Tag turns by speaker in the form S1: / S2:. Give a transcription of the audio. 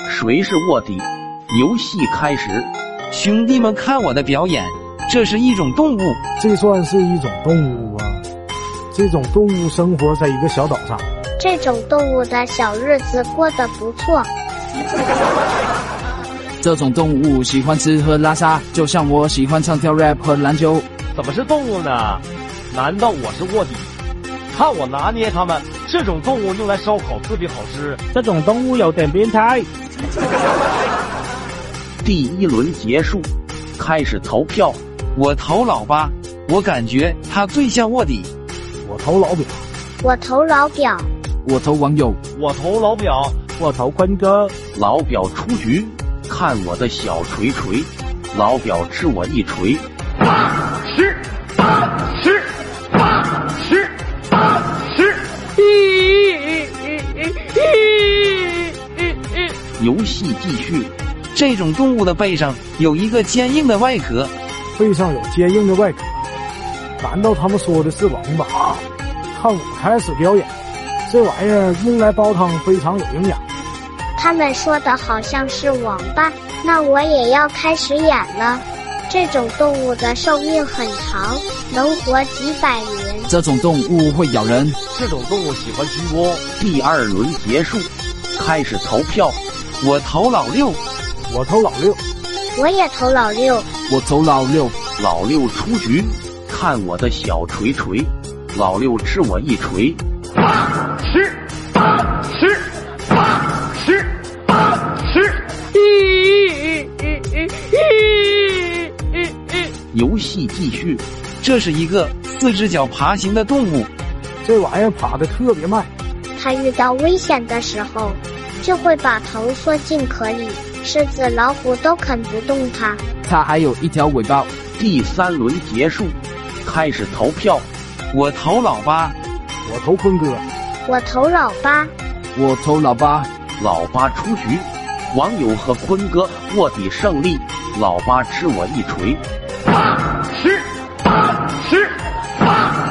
S1: 谁是卧底？游戏开始，
S2: 兄弟们，看我的表演！这是一种动物，
S3: 这算是一种动物啊！这种动物生活在一个小岛上，
S4: 这种动物的小日子过得不错。
S5: 这种动物喜欢吃喝拉撒，就像我喜欢唱跳 rap 和篮球。
S6: 怎么是动物呢？难道我是卧底？看我拿捏他们！这种动物用来烧烤特别好吃。
S7: 这种动物有点变态。
S1: 第一轮结束，开始投票。
S2: 我投老八，我感觉他最像卧底。
S3: 我投老表，
S4: 我投老表，
S5: 我投网友，
S6: 我投老表，
S7: 我投坤哥。
S1: 老表出局，看我的小锤锤！老表吃我一锤！
S8: 八十，八十，八十，八十！
S1: 游戏继续。
S2: 这种动物的背上有一个坚硬的外壳。
S3: 背上有坚硬的外壳，难道他们说的是王八？啊看我开始表演，这玩意儿用来煲汤非常有营养。
S4: 他们说的好像是王八，那我也要开始演了。这种动物的寿命很长，能活几百年。
S5: 这种动物会咬人。
S6: 这种动物喜欢居窝。
S1: 第二轮结束，开始投票。
S2: 我投老六，
S3: 我投老六，
S4: 我也投老六，
S5: 我投老六，
S1: 老六出局，看我的小锤锤！老六吃我一锤！
S8: 八十，八十，八十，八十！
S1: 游戏继续。
S2: 这是一个四只脚爬行的动物，
S3: 这玩意儿爬的特别慢。
S4: 它遇到危险的时候，就会把头缩进壳里，狮子、老虎都啃不动它。
S5: 它还有一条尾巴。
S1: 第三轮结束，开始投票。
S2: 我投老八，
S3: 我投坤哥，
S4: 我投老八，
S5: 我投老八，
S1: 老八出局，网友和坤哥卧底胜利。老八吃我一锤！
S8: 八十，八十，八。